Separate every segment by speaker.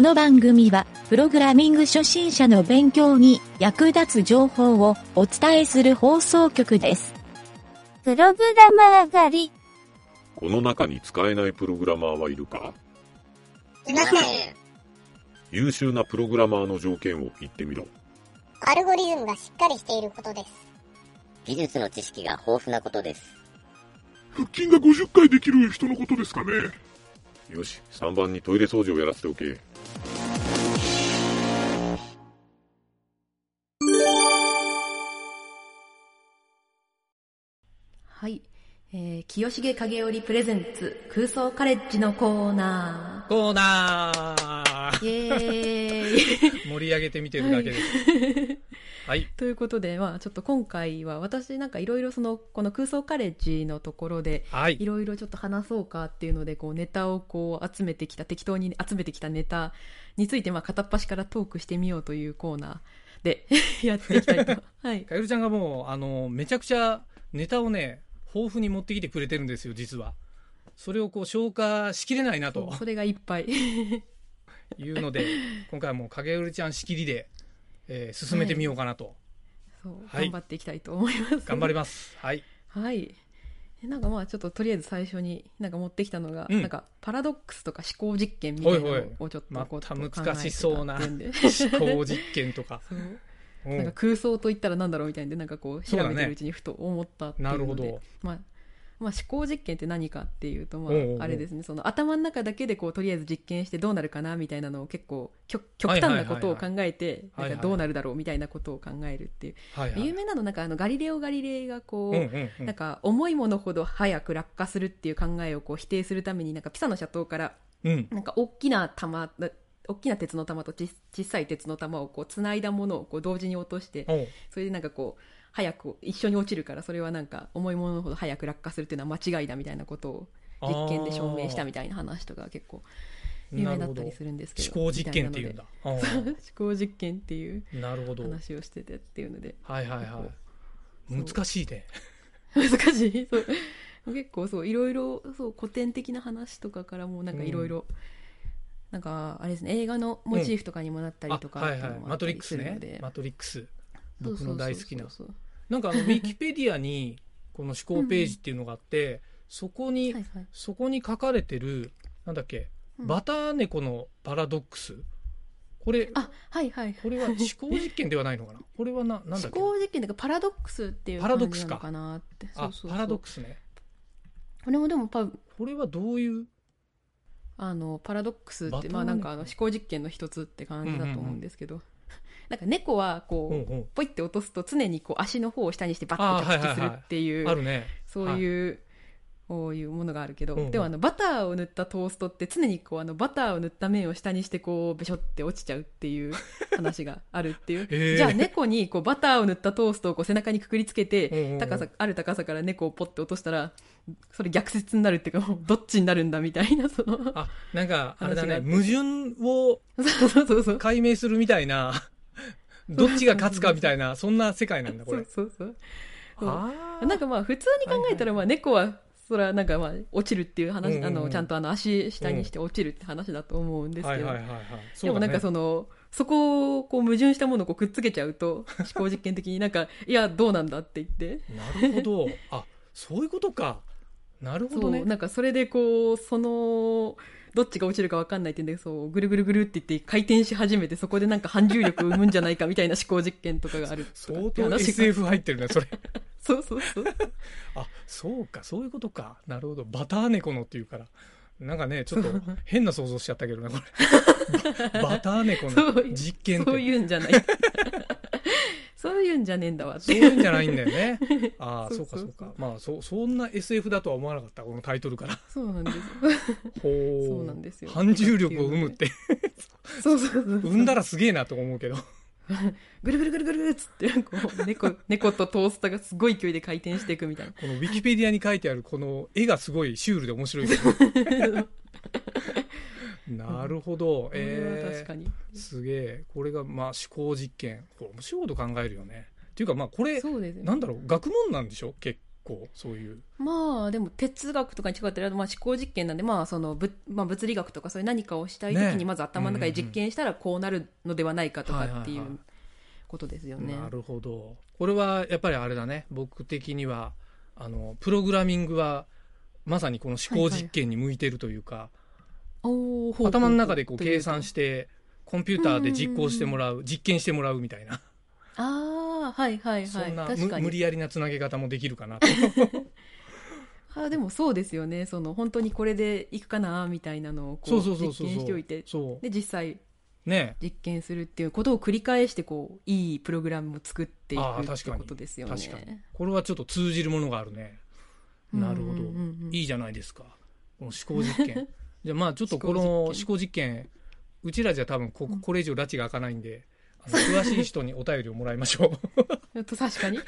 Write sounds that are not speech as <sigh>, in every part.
Speaker 1: の番組は、プログラミング初心者の勉強に役立つ情報をお伝えする放送局です。
Speaker 2: プログラマー狩り。
Speaker 3: この中に使えないプログラマーはいるか
Speaker 4: いません。
Speaker 3: 優秀なプログラマーの条件を言ってみろ。
Speaker 4: アルゴリズムがしっかりしていることです。
Speaker 5: 技術の知識が豊富なことです。
Speaker 6: 腹筋が50回できる人のことですかね
Speaker 3: よし、3番にトイレ掃除をやらせておけ。
Speaker 7: はい。えー、清重影織プレゼンツ空想カレッジのコーナ
Speaker 8: コーナー
Speaker 7: ー。イエーイ
Speaker 8: 盛り上げてみてるだけです。はい。
Speaker 7: <laughs> ということで、まあちょっと今回は私なんかいろいろその、この空想カレッジのところで、
Speaker 8: はい
Speaker 7: い。ろいろちょっと話そうかっていうので、こうネタをこう集めてきた、適当に集めてきたネタについて、まあ片っ端からトークしてみようというコーナーで <laughs> やっていきたいと。はい。
Speaker 8: かゆるちゃんがもう、あの、めちゃくちゃネタをね、豊富に持ってきてくれてるんですよ、実は。それをこう消化しきれないなと
Speaker 7: それがいっぱ
Speaker 8: <laughs>
Speaker 7: い。
Speaker 8: いうので、今回はもう影るちゃん仕切りで、えー進めてみようかなと。
Speaker 7: そう、
Speaker 8: はい
Speaker 7: 頑張っていきたいと思います。
Speaker 8: 頑張りま
Speaker 7: <laughs>
Speaker 8: す。はい。
Speaker 7: はい。えなんかまあちょっととりあえず最初になんか持ってきたのが、
Speaker 8: うん
Speaker 7: なんかパラドックスとか思考実験みたいな
Speaker 8: ほい
Speaker 7: の
Speaker 8: ほい
Speaker 7: をちょっと
Speaker 8: ま
Speaker 7: こう
Speaker 8: た
Speaker 7: ちょっと考えて
Speaker 8: 難しそうな
Speaker 7: たっていうんで
Speaker 8: 思考実験とか。
Speaker 7: そう
Speaker 8: うん
Speaker 7: なんか空想といったらなんだろうみたいなんでなんかこう調
Speaker 8: そう
Speaker 7: べ
Speaker 8: だ
Speaker 7: て
Speaker 8: ね
Speaker 7: るうちにふと思ったっていう
Speaker 8: な
Speaker 7: ので
Speaker 8: るほど。
Speaker 7: まあまあ、思考実験って何かっていうと、まあ
Speaker 8: おうおうおう、
Speaker 7: あれですねその頭の中だけでこうとりあえず実験してどうなるかなみたいなのを結構極極端なことを考えて
Speaker 8: はいはいはいはい
Speaker 7: なんかどうなるだろうみたいなことを考えるっていう、
Speaker 8: はいはい。
Speaker 7: 有名なのなんかあのガリレオ・ガリレイがこう、
Speaker 8: うんうんうん
Speaker 7: なんか重いものほど早く落下するっていう考えをこう否定するためになんかピサの斜塔から
Speaker 8: うん。
Speaker 7: なんか大きな玉大きな鉄の玉とち小さい鉄の玉をこうつないだものをこう同時に落として
Speaker 8: おう
Speaker 7: それでなんかこう早く一緒に落ちるからそれはなんか重いものほど早く落下するっていうのは間違いだみたいなことを実験で証明したみたいな話とか結構有名だったりするんですけど
Speaker 8: 思考実験っていうんだ。
Speaker 7: みたいなので思考実験っていう
Speaker 8: うんなるほど。はい
Speaker 7: 話をしててっていうので
Speaker 8: はいは
Speaker 7: そ
Speaker 8: い。
Speaker 7: う
Speaker 8: 難しいね。
Speaker 7: <laughs> 難しいそう結構そういろいろそう古典的な話とかからもなんかいろいろなんかあれですね映画のモチーフとかにもなったりとか、
Speaker 8: あはいは
Speaker 7: って
Speaker 8: い
Speaker 7: うのもあ
Speaker 8: マ
Speaker 7: っ
Speaker 8: ト
Speaker 7: た
Speaker 8: リ
Speaker 7: り
Speaker 8: ックス
Speaker 7: するの
Speaker 8: ね
Speaker 7: で
Speaker 8: マトリック
Speaker 7: そ
Speaker 8: ス
Speaker 7: う
Speaker 8: 僕
Speaker 7: そうそうそう
Speaker 8: の大好きな
Speaker 7: そう
Speaker 8: なんかあのウィキペディアにこの思考ページっていうのがあってそこに、
Speaker 7: はいはい
Speaker 8: そこに書かれてるなんだっけ、
Speaker 7: うん
Speaker 8: バター猫のパラドックスこれ
Speaker 7: あはいはい
Speaker 8: これは思考実験ではないのかなこれはななん
Speaker 7: 思
Speaker 8: だっけ
Speaker 7: 考実験だからパラドックスっていう
Speaker 8: パラドックス
Speaker 7: 感
Speaker 8: か
Speaker 7: じなのかなって
Speaker 8: あ
Speaker 7: そうそうそう
Speaker 8: パラドックスね
Speaker 7: これもでもパ
Speaker 8: これはどういう
Speaker 7: あのパラドックスっ
Speaker 8: バタ
Speaker 7: て
Speaker 8: ー
Speaker 7: まあなんか
Speaker 8: 猫
Speaker 7: あの思考実験の一つって感じだと思うんですけど、なんか猫はこう、
Speaker 8: うんうん
Speaker 7: ポイって落とすと常にこう足の方を下にしてバッと着地するっていう
Speaker 8: あるね
Speaker 7: そういう、こういうものがあるけど、
Speaker 8: うんうん
Speaker 7: でもあのバターを塗ったトーストって常にこうあのバターを塗った面を下にしてこうべしょって落ちちゃうって
Speaker 8: <laughs>
Speaker 7: いう話があるっていう、
Speaker 8: へー
Speaker 7: じゃあ猫にこうバターを塗ったトーストをこう背中にくくりつけて、
Speaker 8: うんうんうん
Speaker 7: 高さある高さから猫をポッて落としたらそれ逆説になるっていうかもうどっちになるんだみたいなその
Speaker 8: あなんかあれだね
Speaker 7: 話があ
Speaker 8: 矛盾を
Speaker 7: <laughs> そうそうそうそう
Speaker 8: 解明するみた
Speaker 7: <laughs>
Speaker 8: いなどっちが勝つかみたいなそんな世界なんだこ
Speaker 7: そ
Speaker 8: れ
Speaker 7: うそうそうそう
Speaker 8: あー
Speaker 7: なんかまあ普通に考えたらまあ猫はそれはなんかまあ落ちるっていう
Speaker 8: うんう
Speaker 7: 話、
Speaker 8: んうん
Speaker 7: あのちゃんとあの足下にして落ちるって話だと思うんです
Speaker 8: は
Speaker 7: け
Speaker 8: い
Speaker 7: ど、
Speaker 8: はいはいはい
Speaker 7: でもなんか
Speaker 8: う
Speaker 7: そのそこをこう矛盾したものをこうくっつけちゃう
Speaker 8: <laughs>
Speaker 7: と思考実験的になんかいやどうなんだって言って。
Speaker 8: だねなるほどあそういうことかなるほ
Speaker 7: そ
Speaker 8: ど
Speaker 7: う、
Speaker 8: ね
Speaker 7: なんかそれでこうそのどっちが落ちるかわかんないってんでそうぐるぐるぐるって言って回転し始めてそこでなんか反重力を生むんじゃないかみたいな思考実験とかがあるとか
Speaker 8: 相
Speaker 7: っていう
Speaker 8: 当
Speaker 7: 話が
Speaker 8: SF 入ってるねそれ <laughs>
Speaker 7: そうそうそう
Speaker 8: あそうかそういうことかなるほどバター猫のっていうからなんかねちょっと変な想像しちゃったけどねこれ
Speaker 7: <laughs>
Speaker 8: ババター猫
Speaker 7: そう
Speaker 8: の実験って
Speaker 7: そういうんじゃない <laughs> そういうんじゃねえんだわっ
Speaker 8: そう
Speaker 7: て
Speaker 8: いうんじゃないんだよねああ
Speaker 7: <laughs> そうう
Speaker 8: そ
Speaker 7: そ
Speaker 8: か
Speaker 7: う
Speaker 8: そ
Speaker 7: そう
Speaker 8: うかまあそそんな SF だとは思わなかったこのタイトルから
Speaker 7: そう
Speaker 8: <laughs>
Speaker 7: なんです。
Speaker 8: ほう
Speaker 7: そうなんですよ
Speaker 8: 反重力を生むって
Speaker 7: <laughs> そうそうそう。
Speaker 8: 生んだらすげえなと思うけど
Speaker 7: ぐるぐるぐるぐるっつって、こう、猫、猫とトースターがすごい勢いで回転していくみたいな。
Speaker 8: このウィキペディアに書いてあるこの絵がすごいシュールで面白い
Speaker 7: <laughs>
Speaker 8: けどなるほど、
Speaker 7: これは
Speaker 8: え
Speaker 7: 確か
Speaker 8: ー、
Speaker 7: に。
Speaker 8: すげえこれがまあ思考実験これ面白いこと考えるよねっていうかまあこれ
Speaker 7: そうですね。
Speaker 8: なんだろう学問なんでしょ結構そういう
Speaker 7: まあでも哲学とかに近かったら、まあ、思考実験なんで、まあそのぶまあ、物理学とかそういう何かをしたい時
Speaker 8: ね
Speaker 7: にまず頭の中で実験したらこうなるのではないかと
Speaker 8: はいはいは
Speaker 7: か
Speaker 8: い
Speaker 7: っていうことですよね。
Speaker 8: なるほどこれはやっぱりあれだね僕的にはあのプログラミングはまさにこの思考実験に向いてるというか、
Speaker 7: おーほうほうほう
Speaker 8: 頭の中でこう
Speaker 7: という
Speaker 8: 計
Speaker 7: と
Speaker 8: 算してコンピューターで実行してもらう、実験してもらうみたいな、
Speaker 7: ああはいはい
Speaker 8: そ
Speaker 7: はい
Speaker 8: んな
Speaker 7: 確
Speaker 8: む
Speaker 7: か
Speaker 8: 無
Speaker 7: に
Speaker 8: 理やりなつなげ方もできる
Speaker 7: <laughs>
Speaker 8: かなと
Speaker 7: あーでもそうですよねその本当にこれでいくかなみたいなのをこ
Speaker 8: そうそうそうそう
Speaker 7: 実験しておいて
Speaker 8: そ
Speaker 7: で実際
Speaker 8: うね
Speaker 7: 実験するっていうことを繰り返してこういいプログラムを作っていく
Speaker 8: あ
Speaker 7: っ
Speaker 8: ー
Speaker 7: て
Speaker 8: 確かに
Speaker 7: ことですよね。
Speaker 8: 確かにこれはちょっと通じるものがあるねなるほど、
Speaker 7: うんうんうんうん
Speaker 8: いいじゃないですかこの思考実
Speaker 7: <laughs>
Speaker 8: 験じゃあまあちょっとこの思
Speaker 7: 思考実験
Speaker 8: 考実験うちらじゃ多分ここれ以上拉致が開かないんで、あの詳しい人にお便りをもらいましょう <laughs>
Speaker 7: ちょっと確かに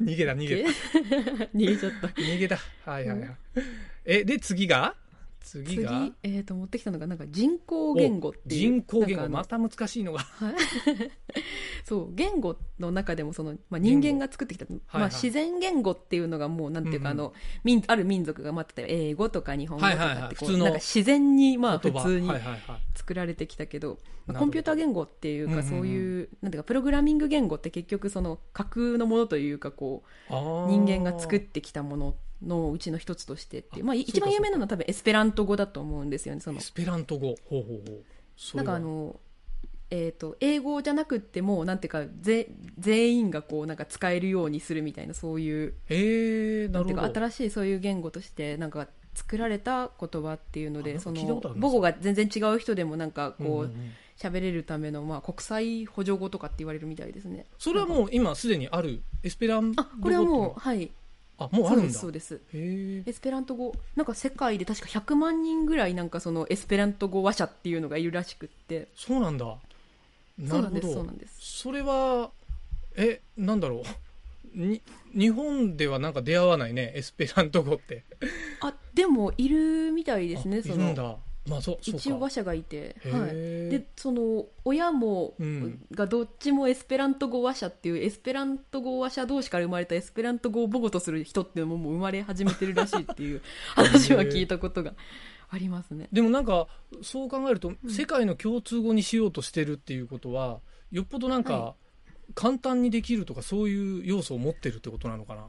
Speaker 8: 逃げた逃げた
Speaker 7: <laughs> 逃げちゃった。
Speaker 8: 逃げたはいはいはい、えで次が次
Speaker 7: 次
Speaker 8: が
Speaker 7: えー、と持ってきたのがなんか人工言語っていう
Speaker 8: 人工言語
Speaker 7: なん
Speaker 8: ま
Speaker 7: か
Speaker 8: た難しいのが
Speaker 7: あのはいそう言語の中でもその、まあ、人間が作ってきた、
Speaker 8: はい
Speaker 7: ま
Speaker 8: は
Speaker 7: あ、
Speaker 8: い
Speaker 7: 自然言語っていうのがもうなんていうか、
Speaker 8: うんうん
Speaker 7: あの民ある民族が待ってた英語とか日本語と
Speaker 8: はいはい
Speaker 7: か
Speaker 8: は
Speaker 7: っ
Speaker 8: い
Speaker 7: てこ
Speaker 8: 普通
Speaker 7: う
Speaker 8: の
Speaker 7: なんか自然にまあ普
Speaker 8: 言葉
Speaker 7: 通に
Speaker 8: はいはいはい
Speaker 7: 作られてきたけど、まあ
Speaker 8: なるほど
Speaker 7: コンピューター言語っていう
Speaker 8: うんうん
Speaker 7: か
Speaker 8: うん
Speaker 7: そういうなんていうかプログラミング言語って結局その架空のものというかこう
Speaker 8: あー
Speaker 7: 人間が作ってきたもののうちの一つとしてっていうまあ、
Speaker 8: あそうか
Speaker 7: 一番有名なのは多分エスペラント語だと思うんですよねその
Speaker 8: エスペラント語ほうほうほうそ
Speaker 7: な
Speaker 8: れ
Speaker 7: んか
Speaker 8: は
Speaker 7: あの、えー、と英語じゃなくってもなんていうかぜ全員がこうなんか使えるようにするみたいなそういう
Speaker 8: へえ
Speaker 7: な
Speaker 8: な
Speaker 7: んて
Speaker 8: る
Speaker 7: いうか
Speaker 8: ほど
Speaker 7: 新しいそういう言語としてなんか作られた言葉っていうの
Speaker 8: あ
Speaker 7: で
Speaker 8: なんか
Speaker 7: そ
Speaker 8: 聞いたこ
Speaker 7: の
Speaker 8: とあるな
Speaker 7: 母語が全然違う人でもなんか
Speaker 8: うんうんう
Speaker 7: こうん喋れるためのまあ国際補助語とかって言われるみたいですね。
Speaker 8: それはもう今すでにあるエスペラント
Speaker 7: あ
Speaker 8: 語
Speaker 7: これはも
Speaker 8: っ
Speaker 7: うはい
Speaker 8: てのはあもうあ
Speaker 7: そう
Speaker 8: る
Speaker 7: で
Speaker 8: ん
Speaker 7: す
Speaker 8: だ
Speaker 7: そうです。
Speaker 8: へえ
Speaker 7: エスペラント語なんか世界で確か100万人ぐらいなんかそのエスペラント語話者っていうのがいるらしくって
Speaker 8: そうなんだ
Speaker 7: そ
Speaker 8: な
Speaker 7: う
Speaker 8: る
Speaker 7: なん
Speaker 8: ほ
Speaker 7: ですそう
Speaker 8: ど
Speaker 7: なんです。
Speaker 8: それはえなんだろう <laughs> に日本ではなんか出会わないねエスペラント語って
Speaker 7: あでもいるみたいです
Speaker 8: あ
Speaker 7: ね
Speaker 8: い
Speaker 7: そ
Speaker 8: るん
Speaker 7: の
Speaker 8: だまあそうそうか
Speaker 7: 一応話者がいて、
Speaker 8: へ
Speaker 7: はい、
Speaker 8: え
Speaker 7: でその親も、
Speaker 8: うん
Speaker 7: がどっちもエスペラント語話者っていうエスペラント語話者同士から生まれたエスペラント語を母語とする人っていうのももう生まれ始めてるらしいって
Speaker 8: <laughs>
Speaker 7: いう話は聞いたことがありますね。
Speaker 8: でもなんかそう考えると世界の共通語にしようとしてるっていうことは、よっぽどな
Speaker 7: は
Speaker 8: んか簡単にできるとかそういう要素を持ってるってことなのかな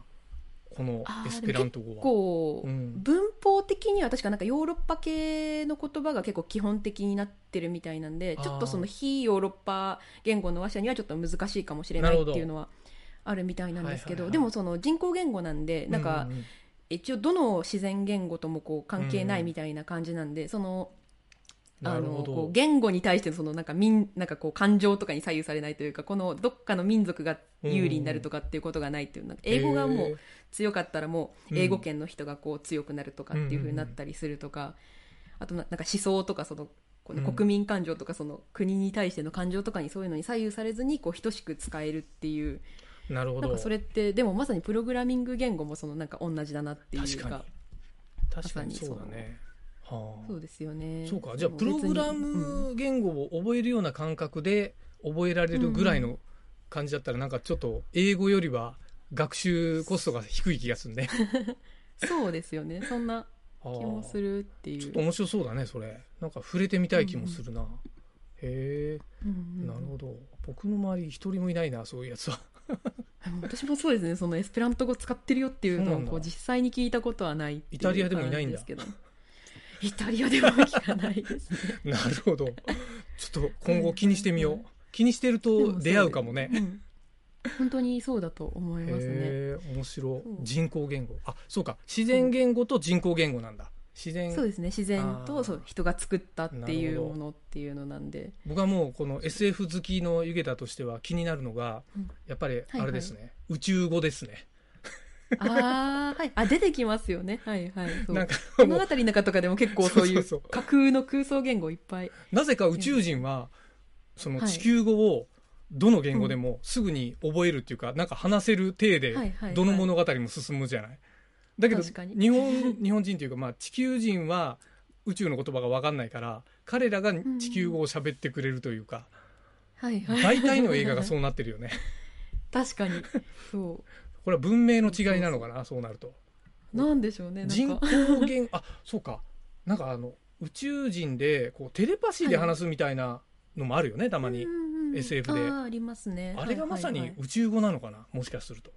Speaker 8: この
Speaker 7: あー
Speaker 8: エスペラント語は。
Speaker 7: こう
Speaker 8: うん
Speaker 7: 文法的には確かなんかヨーロッパ系の言葉が結構基本的になってるみたいなんで
Speaker 8: あー
Speaker 7: ちょっとその非ヨーロッパ言語の話者にはちょっと難しいかもしれな
Speaker 8: ないる
Speaker 7: っ
Speaker 8: ほど
Speaker 7: ていうのはあるみたいなんですけど、
Speaker 8: はいはいはい
Speaker 7: でもその人工言語なんでなんか
Speaker 8: ううう
Speaker 7: 一応どの自然言語ともこう関係ないみたいな感じなんで、その
Speaker 8: な
Speaker 7: あ
Speaker 8: る
Speaker 7: の
Speaker 8: ほど
Speaker 7: こう言語に対してのそのなんか民なんかこう感情とかに左右されないというかこのどっかの民族が有利になるとかっていうことがないっていうなんか英語がも
Speaker 8: へ
Speaker 7: う
Speaker 8: ー
Speaker 7: 強かったらもう
Speaker 8: うん
Speaker 7: 英語圏の人がこう強くなるとかっていうふうになったりするとか、あとななんか思想とかそのこの
Speaker 8: うん
Speaker 7: 国民感情とかその国に対しての感情とかにそういうのに左右されずにこう等しく使えるっていう
Speaker 8: なるほ
Speaker 7: なん
Speaker 8: ど
Speaker 7: かそれってでもまさにプログラミング言語もそのなんか同じだなっていう
Speaker 8: 確かに
Speaker 7: か
Speaker 8: 確かに
Speaker 7: まさに
Speaker 8: そうだね。はあ
Speaker 7: そうですよね
Speaker 8: そうかじゃあ
Speaker 7: の
Speaker 8: プログ
Speaker 7: 別
Speaker 8: ラ
Speaker 7: にうん
Speaker 8: ム言語を覚えるような感覚で覚えられるぐらいの感じだったらなんかちょっと英語よりは学習コストが低い気がするね。
Speaker 7: そうですよねそんな
Speaker 8: あ
Speaker 7: 気
Speaker 8: ー
Speaker 7: もするっていう
Speaker 8: ちょっと面白そうだねそれなんか触れてみたい気もするな、へえ、
Speaker 7: うんうん
Speaker 8: なるほど僕の周り一人もいないなそういうやつは <laughs>
Speaker 7: でも私もそうですねそのエスペラント語使ってるよっていう
Speaker 8: そう
Speaker 7: の
Speaker 8: な
Speaker 7: を
Speaker 8: んだ
Speaker 7: こう実際に聞いたことはないってう
Speaker 8: イタリアでもいないんだ
Speaker 7: 感じですけどイタリアでは聞かないです
Speaker 8: <laughs>
Speaker 7: ね
Speaker 8: なるほどちょっと今後気にしてみよう、
Speaker 7: うん
Speaker 8: 気にしてる
Speaker 7: でもそ
Speaker 8: と
Speaker 7: う
Speaker 8: 出会うかもね
Speaker 7: うん本当にそうだと思いますね
Speaker 8: へえ面白
Speaker 7: そう
Speaker 8: 人工言語あそうか自然言語と人工言語なんだ自然
Speaker 7: そうですね自然
Speaker 8: あー
Speaker 7: とそう人が作ったってい
Speaker 8: なる
Speaker 7: う
Speaker 8: ほど
Speaker 7: ものっていうのなんで
Speaker 8: 僕はもうこの SF 好きの湯桁としては気になるのが、
Speaker 7: うん
Speaker 8: やっぱりあれですね、宇宙語ですね
Speaker 7: あー、はい、あ出てきますよねはいはいそう
Speaker 8: なんかも
Speaker 7: 物
Speaker 8: う
Speaker 7: 語の中とかでも結構そうい
Speaker 8: そううそうそう
Speaker 7: 架空の空想言語いっぱい
Speaker 8: なぜか宇宙人はその
Speaker 7: はい
Speaker 8: 地球語をどの言語でもすぐに覚えるっていうか、なんか話せる体
Speaker 7: は
Speaker 8: で
Speaker 7: いはいはい
Speaker 8: どの物語も進むじゃない。だけど
Speaker 7: 確かに
Speaker 8: 日
Speaker 7: <laughs>
Speaker 8: 本日本人というか、まあ、地球人は宇宙の言葉が分かんないから彼らが地球語を喋ってくれるというか、
Speaker 7: はいはい <laughs>
Speaker 8: 大体の映画がそうなってるよね。
Speaker 7: 確かにそう
Speaker 8: これは文明の違いなのかなそうなると
Speaker 7: なんでしょうねなん
Speaker 8: 人
Speaker 7: か
Speaker 8: 工言あそうかなんかあの宇宙人でこうテレパシーで話すみたいなのもあるよね、たまに、
Speaker 7: うんうんうん
Speaker 8: SF で
Speaker 7: あーありますね
Speaker 8: あれがまさ
Speaker 7: はい
Speaker 8: に
Speaker 7: はい
Speaker 8: 宇宙語なのかなもしかすると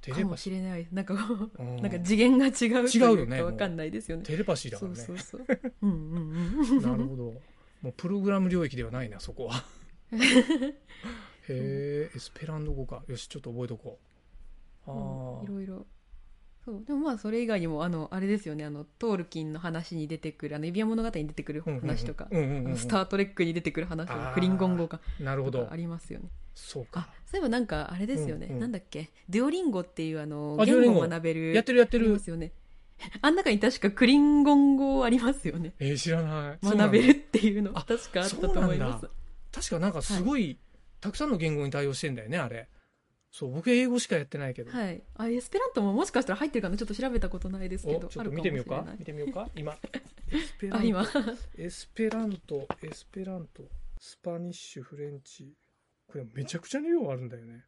Speaker 8: テ
Speaker 7: はいか
Speaker 8: レ
Speaker 7: も
Speaker 8: パ
Speaker 7: し
Speaker 8: シ
Speaker 7: れないなんかこう
Speaker 8: ー、うん
Speaker 7: なんか次元が違うとい
Speaker 8: 違うよね
Speaker 7: かわかんないですよね
Speaker 8: テレパシーだか
Speaker 7: そ
Speaker 8: ら
Speaker 7: う
Speaker 8: ね
Speaker 7: そうそううんうんうん
Speaker 8: なる
Speaker 7: <laughs>
Speaker 8: ほどもうプログラム領域ではないなそこはへえエスペランド語かよしちょっと覚えとこう <laughs> あ
Speaker 7: うんい
Speaker 8: ー
Speaker 7: ろいろそうでもまあそれ以外にもあのあれですよねあのトールキンの話に出てくるあの指輪物語に出てくる
Speaker 8: うんうんうん
Speaker 7: 話とか、
Speaker 8: うんうんうん
Speaker 7: あのスター・トレックに出てくる話と
Speaker 8: あ
Speaker 7: か
Speaker 8: ー
Speaker 7: クリンゴン語が
Speaker 8: なるほ
Speaker 7: と
Speaker 8: ど
Speaker 7: かありますよね
Speaker 8: そうか
Speaker 7: あそういえばなんかあれですよね、
Speaker 8: うんうん
Speaker 7: なんだっけデュオリンゴっていうあの
Speaker 8: あデュオリ
Speaker 7: 言
Speaker 8: ンゴ
Speaker 7: 語を学べる
Speaker 8: やってるやって
Speaker 7: ありま
Speaker 8: る
Speaker 7: すよねあん中に確かクリンゴン語ありますよね
Speaker 8: えー、知らないそ
Speaker 7: 学
Speaker 8: うなんだ
Speaker 7: べるっていうの
Speaker 8: あ
Speaker 7: 確かあったと思います
Speaker 8: 確かなんかすごい、たくさんの言語に対応してんだよねあれそう僕英語しかやってないけど、
Speaker 7: はいあエスペラントももしかしたら入ってるかなちょっと調べたことないですけ
Speaker 8: お
Speaker 7: ど
Speaker 8: ちょっと見てみようか
Speaker 7: あるもし
Speaker 8: 見てみようか
Speaker 7: <laughs>
Speaker 8: 今エスペ
Speaker 7: れ
Speaker 8: ラ
Speaker 7: ないあ
Speaker 8: ン
Speaker 7: 今
Speaker 8: トエスペラントエスペラントスパニッシュフレンチこれめちゃくちゃの量あるんだよね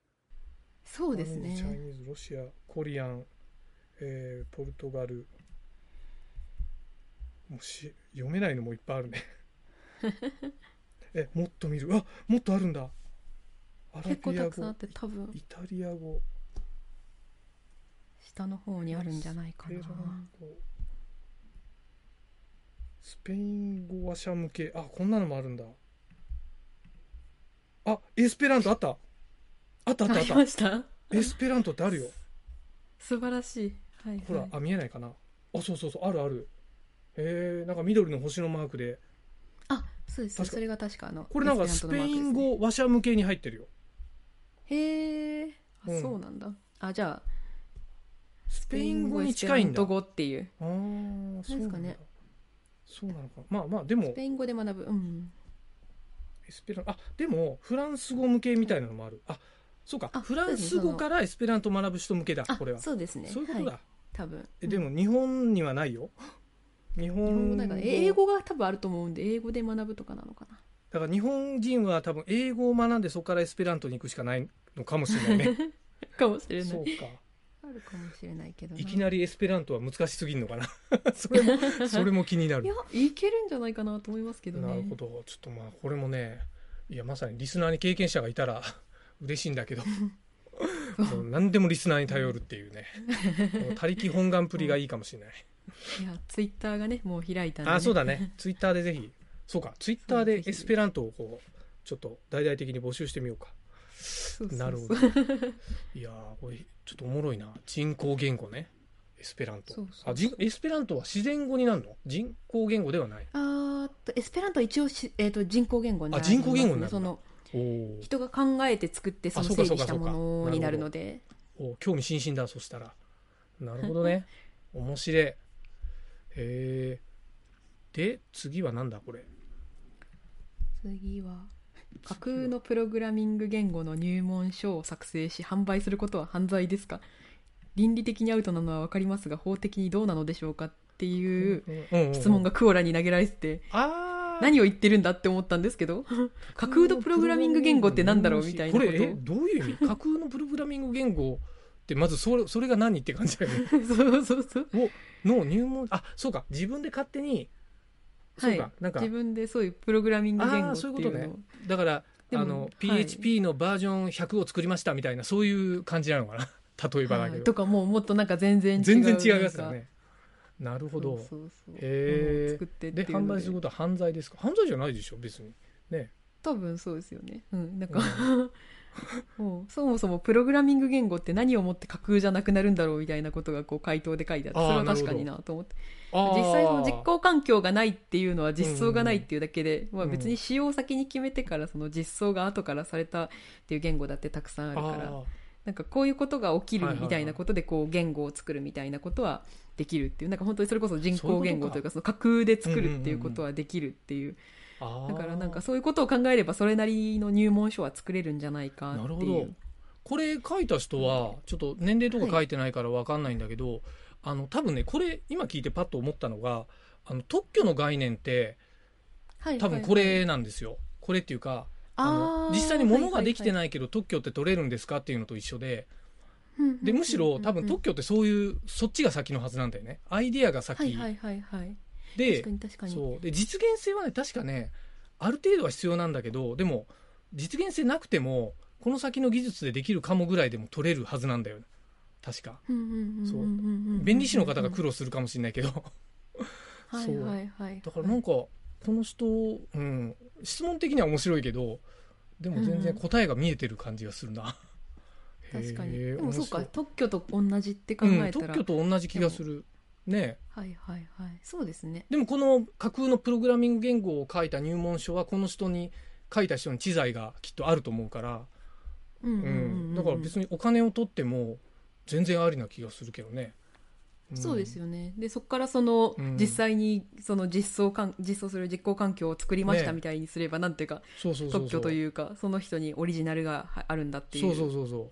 Speaker 7: そうですね
Speaker 8: チャイニーズロシアコリアン、えーポルトガルもうし読めないのもいっぱいあ
Speaker 7: <laughs>
Speaker 8: るねえもっと見るあもっとあるんだアラ
Speaker 7: 結構
Speaker 8: ビア
Speaker 7: たくさんあ
Speaker 8: 語
Speaker 7: って多分
Speaker 8: イタリア語
Speaker 7: 下の方にあるんじゃないかな
Speaker 8: スペラン語スペイン語話者向けあこんなのもあるんだあエスペラントあったあったあったあ
Speaker 7: あ
Speaker 8: っ
Speaker 7: り
Speaker 8: た
Speaker 7: ました
Speaker 8: エスペラントってあるよ
Speaker 7: 素晴らしいはい、はい、
Speaker 8: ほらあ見えないかなあそうそうそうあるあるへえんか緑の星のマークで
Speaker 7: あそうです
Speaker 8: 確か
Speaker 7: それが確かあの
Speaker 8: これなんかスペイン
Speaker 7: エ
Speaker 8: 語話者向けに入ってるよ
Speaker 7: スペラントのマークですねへえあ、
Speaker 8: うん
Speaker 7: そうなんだあじゃあ
Speaker 8: スペイン語に近いんだ
Speaker 7: スペイン語エスペラント語っていう
Speaker 8: あーそ
Speaker 7: あれ
Speaker 8: うなんだ
Speaker 7: ですかね
Speaker 8: そうなのかまあまあでも
Speaker 7: スペイン語で学ぶうん
Speaker 8: エスペランあでもフランス語向けみたいなのもあるあそうか
Speaker 7: あ
Speaker 8: フランス語からエスペラントを学ぶ人向けだ
Speaker 7: あ
Speaker 8: これはそ
Speaker 7: そうですね
Speaker 8: ういうこと
Speaker 7: は
Speaker 8: だ、
Speaker 7: い、多分
Speaker 8: えでも日本にはないよ日
Speaker 7: うん日本語
Speaker 8: 本
Speaker 7: なんか英語が多分あると思うんで英語で学ぶとかなのかな <laughs>
Speaker 8: だから日本人は多分英語を学んでそこからエスペラントに行くしかないのかもしれない
Speaker 7: <laughs>
Speaker 8: ね
Speaker 7: かもしれな
Speaker 8: そう
Speaker 7: い
Speaker 8: か
Speaker 7: あるかもしれないけど
Speaker 8: いきなりエスペラントは難しすぎる
Speaker 7: <laughs>
Speaker 8: のかなそれもそれも気になる
Speaker 7: いやいけるんじゃないかなと思いますけどね
Speaker 8: なるほどちょっとまあこれもねいやまさにリスナーに経験者がいたら <laughs> 嬉しいんだけどもう何でもリスナーに頼るっていうねこの他力本願プリがいいかもしれない、
Speaker 7: いやツイッターがねもう開いたんで、ね、
Speaker 8: あそうだねツイッターでぜひそうかツイッターでエスペラントをこうちょっと大々的に募集してみようか
Speaker 7: そうそうそう
Speaker 8: なるほどいやーこれちょっとおもろいな人工言語ねエスペラント
Speaker 7: そうそうそう
Speaker 8: あ人エスペラントは自然語になるの人工言語ではない
Speaker 7: あーっとエスペラントは一応し、えー、と人工言語になりますね
Speaker 8: あ人工言語になるんだ
Speaker 7: その
Speaker 8: おー
Speaker 7: 人が考えて作ってその
Speaker 8: あそう
Speaker 7: 整理
Speaker 8: かそうか
Speaker 7: したものになるので
Speaker 8: お興味津々だそしたらなるほ
Speaker 7: <laughs>
Speaker 8: どね面白いへえで次はなんだこれ
Speaker 7: 次は架空のプログラミング言語の入門書を作成し販売することは犯罪ですか倫理的にアウトなのは分かりますが法的にどうなのでしょうかっていう質問
Speaker 8: が
Speaker 7: がクオラに投げられてて
Speaker 8: あー
Speaker 7: 何を言ってるんだって思ったんですけ
Speaker 8: <laughs>
Speaker 7: ど架空のプログラミング言語ってなんだろうみたいな
Speaker 8: こ
Speaker 7: こ
Speaker 8: れ
Speaker 7: と
Speaker 8: え
Speaker 7: を
Speaker 8: どういう意味 <laughs> 架空のプログラミング言語ってまずそれそれが何って感じだよ
Speaker 7: <laughs>
Speaker 8: ね
Speaker 7: そうそうそう
Speaker 8: の入門あそうか自分で勝手にそ
Speaker 7: は
Speaker 8: う
Speaker 7: い
Speaker 8: か、なんか
Speaker 7: 自分でそういうプログラミング言語って
Speaker 8: あーそうい
Speaker 7: いう
Speaker 8: こと
Speaker 7: う
Speaker 8: ね
Speaker 7: のを
Speaker 8: だからあ
Speaker 7: でも
Speaker 8: の
Speaker 7: はい
Speaker 8: PHP のバージョン100を作りましたみたいなそういう感じなのかな例えばだ
Speaker 7: は
Speaker 8: け
Speaker 7: い
Speaker 8: ど
Speaker 7: とかもうもっとなんか全然違う
Speaker 8: 全然違うやつだ
Speaker 7: なんか
Speaker 8: ねなるほど
Speaker 7: そうそうそう
Speaker 8: へー
Speaker 7: ものを作ってってい
Speaker 8: で
Speaker 7: う
Speaker 8: 販
Speaker 7: の
Speaker 8: 売
Speaker 7: です
Speaker 8: ることは犯罪ですか犯罪じゃないでしょ別に
Speaker 7: 多分そうですよねうんなんか、
Speaker 8: う
Speaker 7: <laughs> もうそもそもプログラミング言語って何をもって架空じゃなくなるんだろうみたいなことがこう回答で書いてあって
Speaker 8: あー
Speaker 7: それは確かになと思って
Speaker 8: あー
Speaker 7: 実際その実行環境がないっていうのは実装がないっていうだけで、まあ、
Speaker 8: うん
Speaker 7: 別に使用先に決めてからその実装が後からされたっていう言語だってたくさんあるから
Speaker 8: あー
Speaker 7: なんかこういうことが起き
Speaker 8: は
Speaker 7: る
Speaker 8: いはいはい
Speaker 7: みたいなことでこう言語を作るみたいなことはできるっていうなんか本当にそれこそ人工言語というかその架空で作るっていうことはできるっていう
Speaker 8: あー
Speaker 7: だからなんかそういうことを考えればそれなりの入門書は作れるんじゃないか
Speaker 8: なる
Speaker 7: っ
Speaker 8: ほ
Speaker 7: ていう
Speaker 8: どこれ書いた人はちょっと年齢とか書いてないから分かんないんだけど、あの多分ねこれ今聞いてパッと思ったのがあの特許の概念って
Speaker 7: はい
Speaker 8: 多分これなんですよ、これっていうかあの
Speaker 7: あー
Speaker 8: 実際に物ができて
Speaker 7: は
Speaker 8: ないけど特許って取れるんですかっていうのと一緒ででむしろ多分特許ってそういうそっちが先のはずなんだよねアイディアが先、
Speaker 7: はいはいはいはい確
Speaker 8: で
Speaker 7: かに確かに
Speaker 8: そうで実現性はね確かねある程度は必要なんだけどでも実現性なくてもこの先の技術でできるかもぐらいでも取れるはずなんだよね確かそう弁
Speaker 7: 弁
Speaker 8: 理士の方が苦労するかもしれない
Speaker 7: <laughs>
Speaker 8: けど
Speaker 7: はい
Speaker 8: そう
Speaker 7: はいはい
Speaker 8: だからなんかこの人、うん、質問的には面白いけどでも全然答えが見えてる感じがするな、
Speaker 7: 確か
Speaker 8: へ
Speaker 7: に
Speaker 8: え
Speaker 7: でもそうか
Speaker 8: 面
Speaker 7: 特許と同じって考
Speaker 8: 白いう
Speaker 7: え
Speaker 8: ん
Speaker 7: た
Speaker 8: 特
Speaker 7: ら、
Speaker 8: 許と同じ気がするねえ
Speaker 7: はいはいはいそうですね
Speaker 8: でもこの架空のプログラミング言語を書いた入門書はこの人に書いた人に知財がきっとあると思うから、
Speaker 7: うん
Speaker 8: う
Speaker 7: うんんうん
Speaker 8: だから別にお金を取っても全然ありな気がするけどね、ん
Speaker 7: そうですよねでそこからその、
Speaker 8: うん
Speaker 7: 実際にその実装かん実装する実行環境を作りました
Speaker 8: ね
Speaker 7: みたいにすれば、なんていうか
Speaker 8: そうそうそう
Speaker 7: 特許と
Speaker 8: う
Speaker 7: いうかその人にオリジナルがはあるんだってい
Speaker 8: そうそううそうそう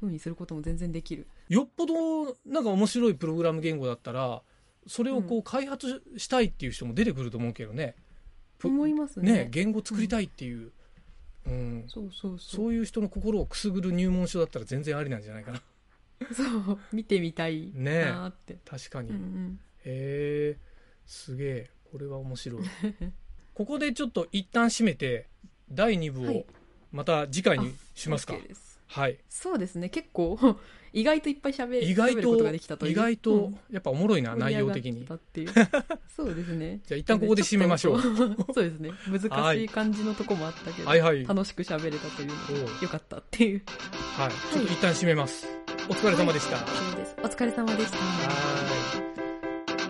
Speaker 7: ふうにすることも全然できる
Speaker 8: よっぽどなんか面白いプログラム言語だったらそれをこう開発したいっていう人も出てくると思うけどね、ぷ
Speaker 7: 思いますね
Speaker 8: ね言語作りたいっていう、うん
Speaker 7: そうそうそ
Speaker 8: そうういう人の心をくすぐる入門書だったら全然ありなんじゃないかな
Speaker 7: そう見てみたい
Speaker 8: ね
Speaker 7: なーって、
Speaker 8: 確かに、
Speaker 7: うんうん
Speaker 8: へえすげえこれは面白い <laughs> ここでちょっと一旦締めて第2部
Speaker 7: は
Speaker 8: を
Speaker 7: い
Speaker 8: また次回にしますか
Speaker 7: OK です
Speaker 8: はい
Speaker 7: そうですね結構意外といっぱいしゃべ
Speaker 8: 意外
Speaker 7: 喋ることができたという
Speaker 8: 意外
Speaker 7: う
Speaker 8: と
Speaker 7: ん
Speaker 8: やっぱおもろいな、内容的
Speaker 7: 盛り
Speaker 8: に
Speaker 7: 上がったっていう
Speaker 8: <laughs>
Speaker 7: そうですね
Speaker 8: じゃあ一旦ここで締めましょう
Speaker 7: ちっとそうですね
Speaker 8: は
Speaker 7: 難し
Speaker 8: い
Speaker 7: い感じのとこもあったけど、
Speaker 8: はいはいはい
Speaker 7: 楽しく喋れたというの
Speaker 8: お
Speaker 7: が
Speaker 8: う
Speaker 7: よかったっていう
Speaker 8: ちょっと一旦締めますお疲れ様でした、
Speaker 7: そうですお疲れ様でした
Speaker 8: はい